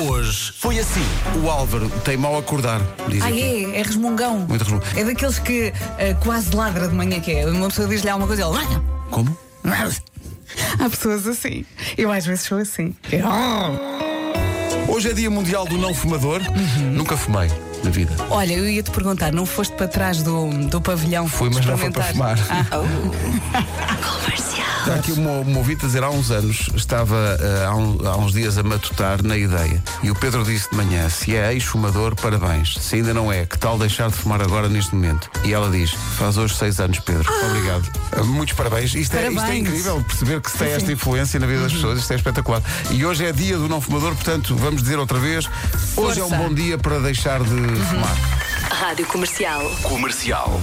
hoje foi assim. O Álvaro tem mal a acordar. Diz Ah, aqui. é? É resmungão. Muito resmungão. É daqueles que ah, quase ladra de manhã, que é. Uma pessoa diz-lhe alguma coisa e ele. Como? Há pessoas assim. Eu às vezes sou assim. Hoje é dia mundial do não fumador. Uhum. Nunca fumei na vida. Olha, eu ia te perguntar, não foste para trás do, do pavilhão? Fui, mas não foi para experimentar? fumar. Ah, oh. Há aqui uma, uma ouvinte a dizer há uns anos, estava eh, há, um- há uns dias a matutar na ideia. E o Pedro disse de manhã: se é ex-fumador, parabéns. Se ainda não é, que tal deixar de fumar agora neste momento? E ela diz: faz hoje seis anos, Pedro. Obrigado. Eh, Muitos parabéns. Isto, É, isto é Parabéns. incrível perceber que se tem esta influência na vida das pessoas. Isto é espetacular. E hoje é dia do não fumador, portanto, vamos dizer outra vez: hoje é um Força. bom dia para deixar de fumar. Rádio Comercial. Comercial.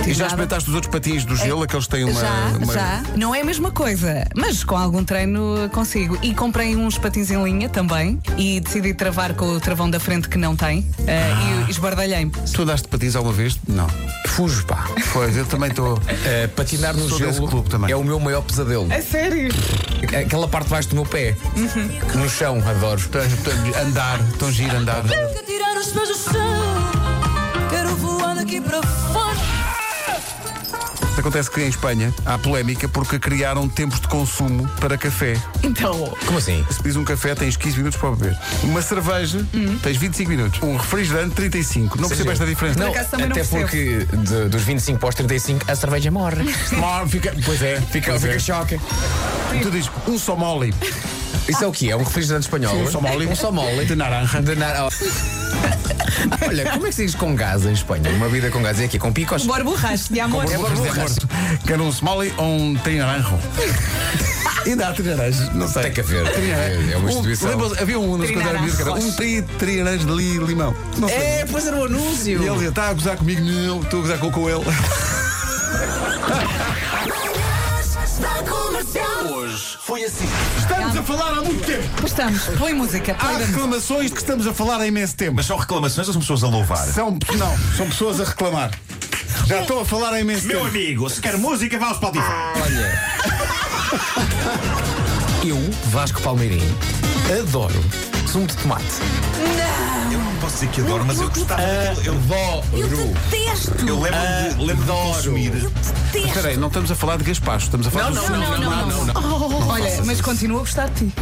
E já Nada. experimentaste os outros patins do gelo, aqueles que têm uma. oh, já, uma- já. Não é a mesma coisa, mas com algum treino consigo. E comprei uns patins em linha também e decidi travar com o travão da frente que não tem ah, e esbardalhei-me. Tu andaste de patins alguma vez? Não. Fujo, pá. Pois, eu também estou. Eh, patinar no Sou desse gelo clube também. é o meu maior pesadelo. É A sério? Uhum. Aquela parte de baixo do meu pé. No chão, adoro. Andar, tão giro andar. Quero tirar os pés do chão. Quero voar daqui para fora. Acontece que em Espanha há polémica porque criaram tempos de consumo para café. Então, Como assim? Se pedis um café, tens 15 minutos para beber. Uma cerveja, tens 25 minutos. Um refrigerante, 35. Não percebo esta diferença. Não, acaso também não até porque de- dos 25 para os 35 a cerveja morre. Mor, fica, pois é, Fica, pois fica é. choque. Tu dizes um só mole Isso é o quê? É um refrigerante espanhol? Sim, um somoli. Um somoli. de naranja. De nar- Olha, como é que se diz com gás em Espanha? Uma vida com gás é aqui, com picos? bora borraste de amor. Bora Borras de borras. morto. Quero um smolly ou um trinaranjo. Ainda há trinaranjos, não sei. Tem que haver, tem que haver, é uma Um- instituição. lembra-se, havia um nas coisas da música, era um tri, trinaranjo de li- limão. Não sei. É, pois era o E anúncio. ele está a gozar comigo, não, estou a gozar com, com ele. Hoje foi assim. Estamos a falar há muito tempo. Estamos, põe música, põe Há da música. reclamações de que estamos a falar há imenso tempo. Mas são reclamações ou são pessoas a louvar? São, não, são pessoas a reclamar. Já estou a falar há imenso Meu tempo. amigo, se quer música, vá ao Spotify. Eu, Vasco Palmeirinho, adoro sumo de tomate. Eu não posso dizer que adoro, mas eu gostava daquele. Eu, Adoro. Detesto. eu lembro-me de, lembro de consumir. Detesto. Espera aí, não estamos a falar de gaspacho, estamos a falar de Não, não, não, não. Olha, mas continuo a gostar de ti.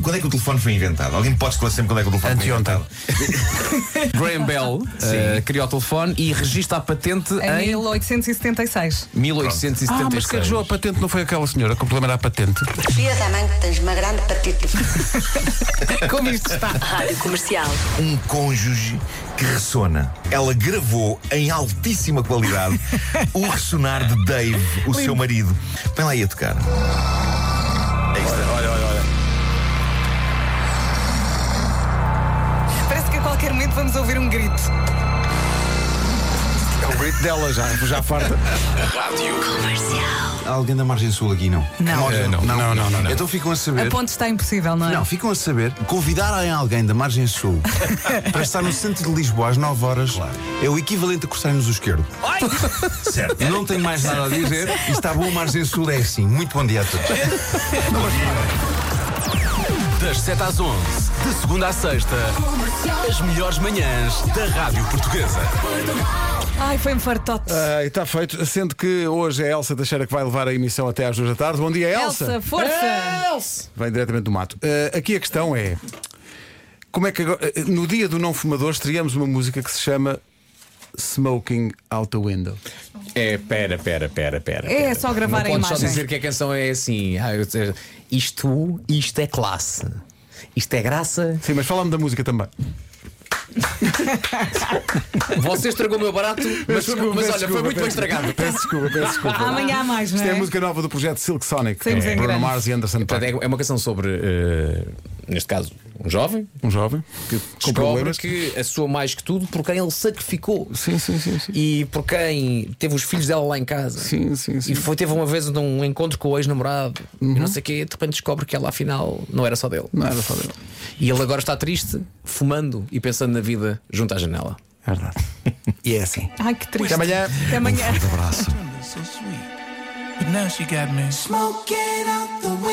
Quando é que o telefone foi inventado? Alguém pode esclarecer-me quando é que o telefone Anteontem. foi inventado? Graham Bell eh, criou o telefone e registra a patente Em em, 1876. 1876. Ah, mas quem arranjou a patente não foi aquela senhora que o problema era a patente. Dias à mãe que tens uma grande patita. Como isto está? Rádio Comercial. Um cônjuge que ressona. Ela gravou em altíssima qualidade o ressonar de Dave, o seu marido. Vem lá aí a tocar. É isto, olha, olha, olha. Parece que a qualquer momento vamos ouvir um grito. É o grito dela já, já farta. Há alguém da Margem Sul aqui, não? Não. Eh, não. Não, não, não, não. Então ficam a A saber. ponte está impossível, não é? Não, ficam a saber. Convidarem alguém da Margem Sul para estar no centro de Lisboa às 9 horas é o equivalente a coçarem-nos o esquerdo. Certo. Não tenho mais nada a dizer. E Está bom, Margem Sul é assim. Muito bom dia a todos. Das 7 às 11, de segunda à sexta, as melhores manhãs da Rádio Portuguesa. Ai, foi-me fartote. Ah, está feito, sendo que hoje é a Elsa Teixeira que vai levar a emissão até às duas da tarde. Bom dia, Elsa! Elsa, força! Elsa! Vem diretamente do mato. Ah, aqui a questão é: como é que agora, ah, no dia do não fumador, estreamos uma música que se chama Smoking Out the Window? É, pera, pera, pera, pera. É só gravar a Não podes só imagem. dizer que a canção é assim. Ah, eu dizer, isto, isto é classe. Isto é graça. Sim, mas fala-me da música também. Você estragou o meu barato, mas, Peço desculpa, mas peço olha, foi desculpa, muito bem peço desculpa, estragado. Peço desculpa, peço desculpa. Amanhã há mais, não Isto é a é? música nova do projeto Silk Sonic. É Saímos em Bruno grande. Mars e Anderson Portanto, Paak. é, é uma canção sobre, eh, neste caso, um jovem Um jovem que com descobre problemas. que assou mais que tudo por quem ele sacrificou. Sim, sim, sim. sim. E por quem teve os filhos dela lá em casa. Sim, sim, sim. E foi, teve uma vez um encontro com o ex-namorado e não sei o quê, de repente descobre que ela afinal não era só dele. Não era só dele. E ele agora está triste, fumando e pensando na vida junto à janela. É verdade. E é assim. Ai, que Até triste. amanhã. Até amanhã. so sweet. But now she got me. Smoking out the window.